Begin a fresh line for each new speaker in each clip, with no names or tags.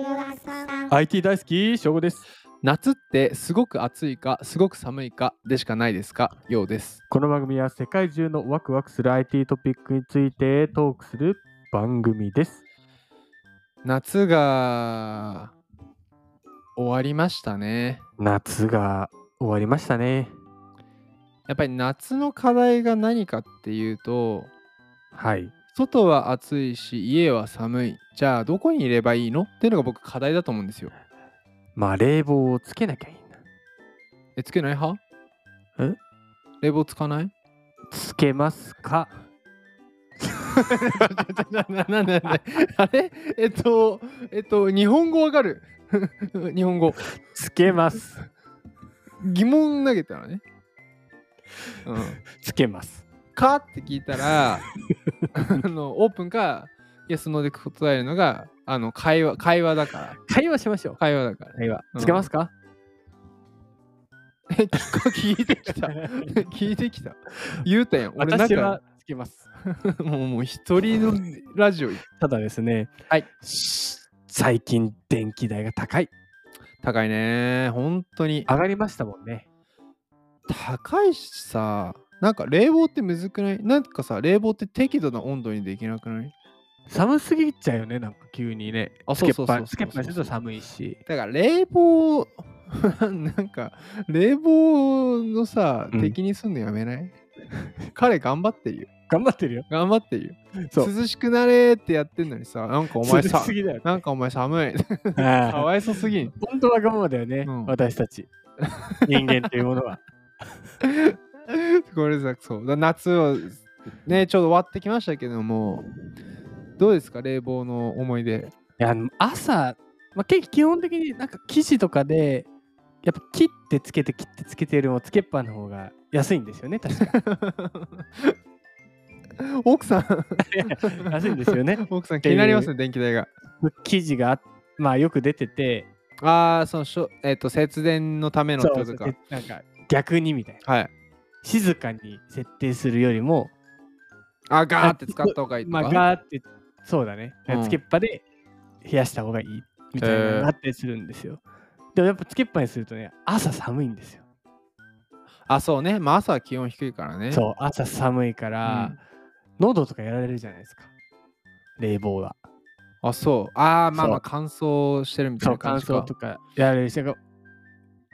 ん。
IT 大好き、翔吾です。
夏ってすごく暑いかすごく寒いかでしかないですかようです
この番組は世界中のワクワクする IT トピックについてトークする番組です。
夏が終わりましたね
夏が終わりましたね。
やっぱり夏の課題が何かっていうと
はい。
外は暑いし家は寒いじゃあどこにいればいいのっていうのが僕課題だと思うんですよ
まあ冷房をつけなきゃいいな。
えつけない派
え
冷房つかない
つけますか
なななななあれえっとえっと日本語わかる 日本語
つけます。
疑問投げたらね、うん、
つけます。
かって聞い たらあのオープンかイエスノーで答えるのがあの会話会話だから
会話しましょう。
会話だから
会話
うん
つけますか、
え聞こ聞いて きた聞いてきた言うたやん俺なん
私
か
はつけます。
もうもう一人のラジオ
ただですね、
はい
し最近電気代が高い。
高いね本当に
上がりましたもんね。
高いしさなんか冷房ってむずくないなんかさ冷房って適度な温度にできなくない
寒すぎちゃうよね、なんか急にね。
あ
つ
そう
けっ
そうそ
ぱ
うそう
つけっぱにすると寒いし。
だから冷房なんか冷房のさ
うん
敵にすんのやめない、 彼頑張ってるよ
頑張ってるよ。
頑張ってるよ
そう
涼しくなれってやってんのにさなんかお前
涼し
さ
すぎだよ。
なんかお前寒い か
ああ
わいそうすぎん
本当わがままだよね、
うん
私た ち。人間というものは。
これさそうだ夏はねちょうど終わってきましたけどもどうですか冷房の思い出
いや朝、まあ、結構基本的になんか生地とかで、やっぱ切ってつけて切ってつけてよりもつけっぱの方が安いんですよね、確 か。
奥さん
安いんですよね。
奥さん気になりますね電気代が
生地が、まあよく出てて、
ああそのしょえっ、と節電のためのって
そ
こ
う
と
そう
か
そうなんか逆にみたいな。
はい
静かに設定するよりも、
あガーって使った方がいいと
ま
か、
あガーって、そうだね
うん。
つけっぱで冷やした方がいいみたいなのがあったりするんですよ。でもやっぱつけっぱにするとね、朝寒いんですよ。
あそうねまあ朝は気温低いからね
そう、朝寒いから、喉とかやられるじゃないですか。冷房が。
あそうあーまあま
そ
あ
う
乾燥してるみたい
そう、
な
乾
感じ
燥
か
とかやられるし、なんか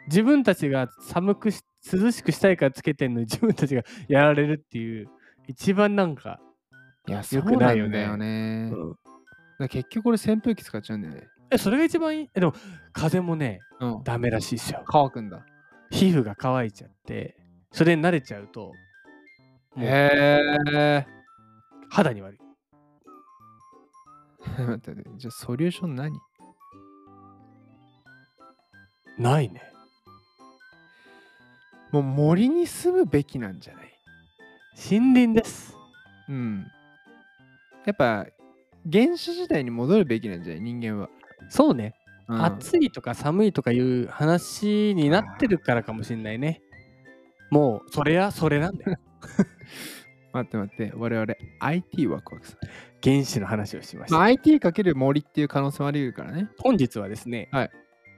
自分たちが寒くし、涼しくしたいからつけてんのに、自分たちがやられるっていう、一番なんか、
いやそう
良
なん
く
だ
ない
よ
よね
ねだから結局俺扇風機使っちゃうんだよね
え、それが一番いい。えでも、風邪もね、
うん
ダメらしいですよ。
乾くんだ
皮膚が乾いちゃって、それに慣れちゃうと、もう
へえ
肌に悪い。
待って待ってじゃあソリューション何
ないね。
もう森に住むべきなんじゃない
森林です。
うんやっぱ原始時代に戻るべきなんじゃない人間は、
そうね。
うん
暑いとか寒いとかいう話になってるからかもしれないね。もう、それはそれなん だよ。
待って待って我々 IT ワクワクさん、
原子の話をしました。
まあ、IT かける森っていう可能性もあり得るからね
本日はですね、
はい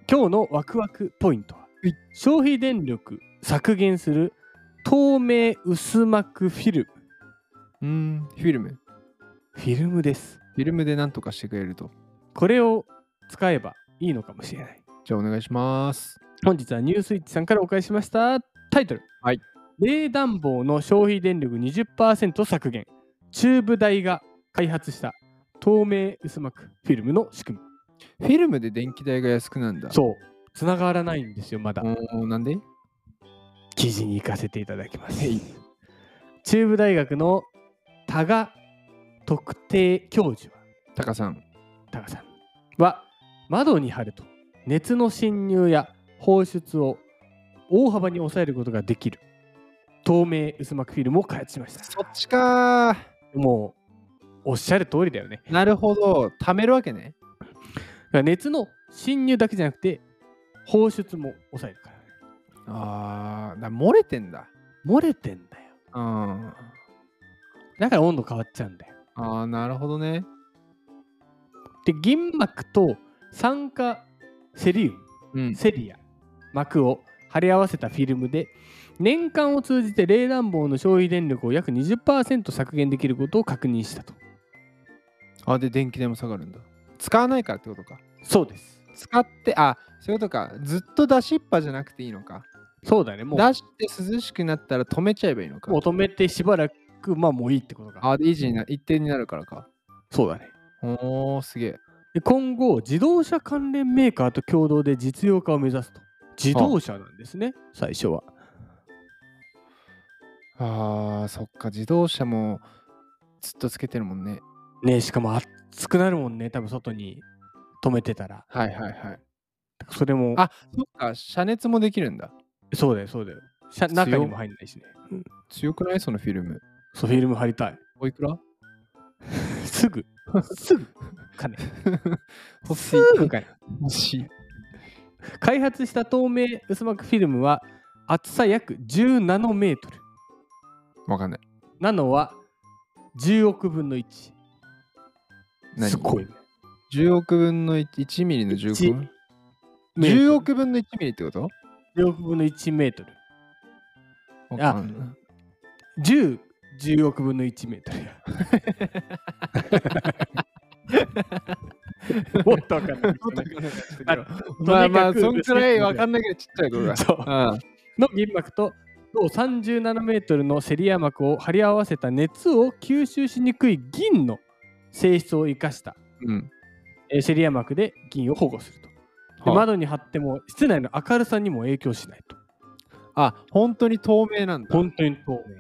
今日のワクワクポイントは、
はい
消費電力削減する透明薄膜フィルム。
うんフィルム
フィルムです。
フィルムで何とかしてくれると
これを使えばいいのかもしれない。
じゃあお願いします
本日はニュースイッチさんからお返ししましたタイトル、
はい
冷暖房の消費電力20%削減中部大が開発した透明薄膜フィルムの仕組
フィルムで電気代が安くなんだ
みそうつながらないんですよまだ
おーなんで
記事に行かせていただきます
はい
中部大学の多賀特定教授は
タカさん
多賀さんは窓に貼ると熱の侵入や放出を大幅に抑えることができる透明薄膜フィルムを開発しました
そっちかー
もうおっしゃる通りだよね。
なるほど貯めるわけね
だから熱の侵入だけじゃなくて放出も抑えるからね。
あーだ漏れてんだ
漏れてんだよ。
うんあ
だから温度変わっちゃうんだよ。
ーなるほどね
で銀膜と酸化セリウ
うん。
セリア膜を貼り合わせたフィルムで年間を通じて冷暖房の消費電力を約20%削減できることを確認したと
あ、で、電気代も下がるんだ。使わないからってことか。
そうです
使って、あ、そういうことか。ずっと出しっぱじゃなくていいのか。
そうだねもう
出して涼しくなったら止めちゃえばいいのか。
もう止めてしばらくまあもういいってことか
あ、で、維持にな、一定になるからか。
そうだね
おー、すげえ。
で今後自動車関連メーカーと共同で実用化を目指すと自動車なんですね最初は
あー、そっか。自動車もずっとつけてるもんね。
ねしかも暑くなるもんね多分外に止めてたら
はいはいはい。
それも
あ、そっか。遮熱もできるんだ。
そうだよそうだよしゃ
強
中にも入んないしね、うん
強くないそのフィルム。
そうフィルム貼りたい
おいくら
すぐ すぐ金
欲し
す
い。
ぐ金
欲しい。
開発した透明薄膜フィルムは厚さ約10ナノメートル
わかんない。
ナノは10億分の1
何
すごいね
10億分の 1, 1ミリの10億分
メートル
?10 億分の1ミリってこと
10億分の1メートル
わかんない
10、10億分の1メートルや。 もっとわかんない。
まあまあ、
とにか
そ
く
んくらいわかんないけどちっちゃいこと
そう
が。うん
の銀膜と同37メートルのセリア膜を貼り合わせた熱を吸収しにくい銀の性質を生かした、
うん。
えーセリア膜で銀を保護すると。で
はあ
窓に貼っても室内の明るさにも影響しないと。
あ、本当に透明なんだ。
本当に透明。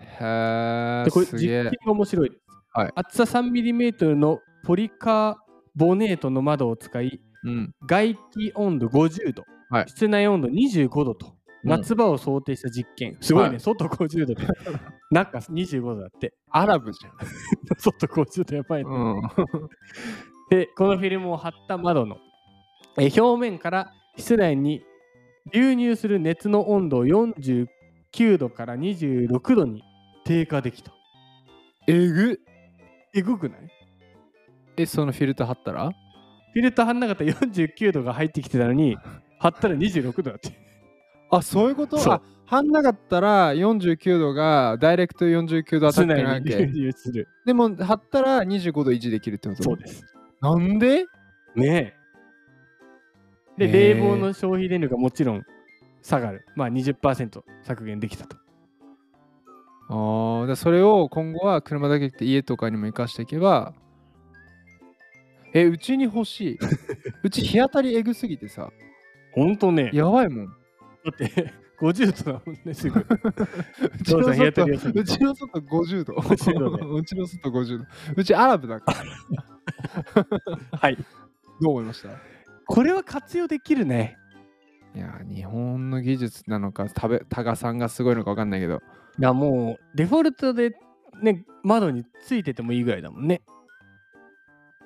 へ
で
え。
これ
す
実
げ
験
え。
が面白いです、
はい
厚さ 3mm のポリカボネートの窓を使い
うん。
外気温度50度、
はい
室内温度25度と
うん
夏場を想定した実験、すごいね、
はい
外50度で 中25度だって
アラブじゃん。
外50度やばいね、
うん。
でこのフィルムを貼った窓のえー表面から室内に流入する熱の温度を49度から26度に低下できた
えぐ
えぐくない
え、そのフィルター貼ったら
フィルター貼んなかったら49度が入ってきてたのに、貼ったら26度だ って。
あ、そういうこと
そう
あ、貼んなかったら49度がダイレクト49度当た
室
ってな
内
いわ
に流
け。
入する。
でも貼ったら25度維持できるってこと
そうです。
なんで
ねえ。で、
へえ
冷房の消費電力がもちろん下がる。まあ20%削減できたと。
ああ、だからそれを今後は車だけじゃなくて家とかにも生かしていけば。え、うちに 欲しい。うち日当たりえぐすぎてさ、
ほんとね。だ
やばいもん。う
って50度だ もんね、す ぐ。
ちの
父さん日当た
外
り良すぎて
うちの外50度。
50度ね
うちの外50度。うちアラブだから。
はい。
どう思いましたい
これは活用できるね。
やー、日本の技術なのか、食べ多賀さんがすごいのかわかんないけど。
いや、もうデフォルトでね、窓についててもいいぐらいだもんね。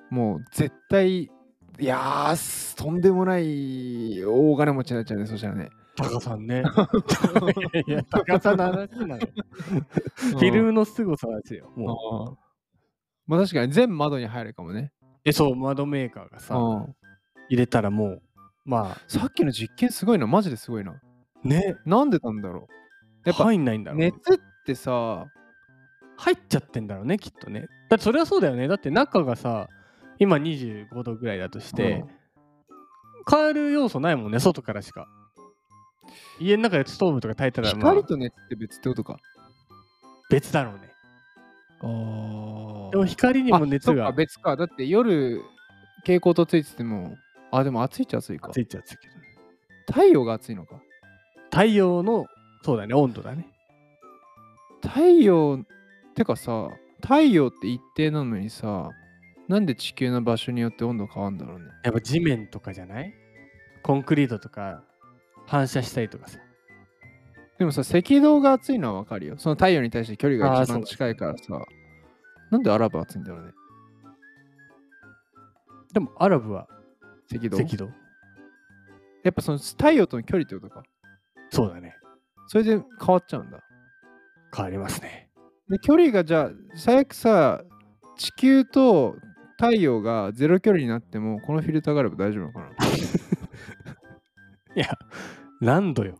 もう絶対、いやーす、とんでもない大金持ちになっちゃうね、そした らね。
タカさんね。いやいや、タカさんの話なの。 フィルムの凄さですよ。もう。
ああまあ確かに全窓に入るかもね。
えそう窓メーカーがさ、
うん
入れたらもうま
さっきの実験すごいな、マジですごいな。
あね
なんでなんだろう。やっぱ、
入んないんだろうね、
熱ってさ、
入っちゃってんだろうねきっとねだってそれはそうだよねだって中がさ今25度ぐらいだとして、変える要素ないもんね外からしか家の中でストーブとか炊いたら、まあ
光、と熱って別ってことか。
別だろうね
あ
でも光にも熱
そっ
が
か別か。だって夜、蛍光灯ついてても、あ、でも暑いっちゃ暑いか
つ。いちゃうついちゃう
太陽が暑いのか。
太陽のそうだね温度だね
太陽、てかさ、太陽って一定なのにさ、なんで地球の場所によって温度変わるんだろうね。
やっぱ地面とかじゃないコンクリートとか反射したりとかさ
でもさ、赤道が暑いのはわかるよ。その太陽に対して距離
あー
が一
そう
番
です
近いからさ。なんでアラブは暑いんだろうね。
でもアラブは
赤道。
赤道
やっぱその太陽との距離ってことか。
そうだね
それで変わっちゃうんだ。
変わりますね
で、距離がじゃあ、最悪さ、地球と太陽がゼロ距離になっても、このフィルターがあれば大丈夫なのかな
いや、何度よ。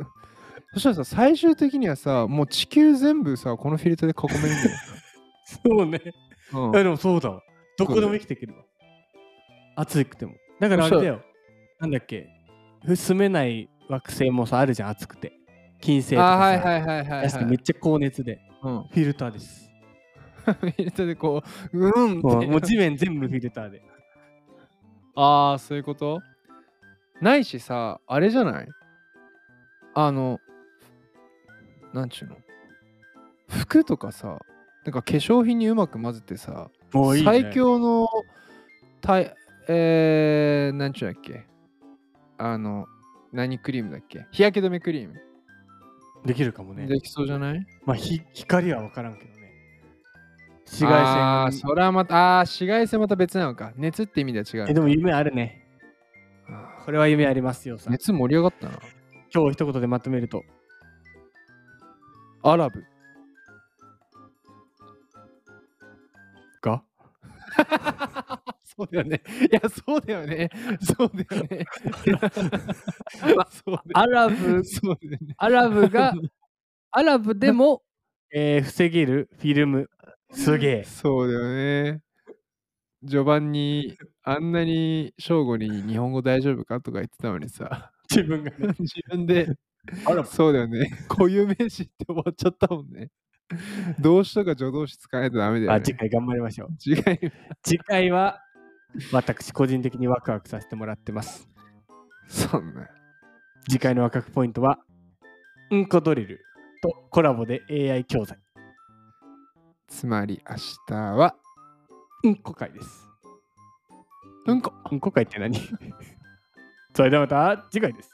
そしたらさ、最終的にはさ、もう地球全部さ、このフィルターで囲めるんだよ。
そうね。
うん
いや、でもそうだわ。どこでも生きていけるわ。暑くても。だからあれだよ。なんだっけ。住めない惑星もさ、あるじゃん、暑くて。金星とかさ
あ、はいはいはいはい、
出して
は
めっ
い。
ちゃ高熱で。
うん、
フィルター です。
フィルターでこう、うん
も
っ
う
て。
もう地面全部フィルターで。
ああ、そういうことないしさ、あれじゃないあの、なんちゅうの服とかさ、なんか化粧品にうまく混ぜてさ、
もういい、ね。
最。強の体、えー、なんちゅうだっけあの、何クリームだっけ日焼け止めクリーム。
できるかもね。
できそうじゃない
まあ、ひ光は分からんけどね。紫外
あー
線。
それはまた、あー紫外線また別なのか。熱って意味では違
え
う。
でも夢あるね。
あ
これは夢ありますよ
ー
さ。
熱盛り上がったな。
今日一言でまとめると。
アラブ。
が
そうだよね。いや、そうだよね。そうだよね。まあ、 そうだよ
アラブ
ね。、そうだよね。
アラブが、アラブでも、
えー、防げるフィルム。すげえ。
そうだよね。序盤にあんなに正吾に日本語大丈夫かとか言ってたのにさ、
自分がね。
自分で
アラブ
そうだよね。固有名詞って終わっちゃったもんね。動詞とか助動詞使わないとダメだ
あ
よ
次
ね。
回頑張りましょう。
違い、
次回は私個人的にワクワクさせてもらってます。
そんな。
次回のワクワクポイントは、うんこドリルとコラボで AI 教材、
つまり明日は、
うんこ会です。
うんこ。
うんこ会って何それではまた次回です。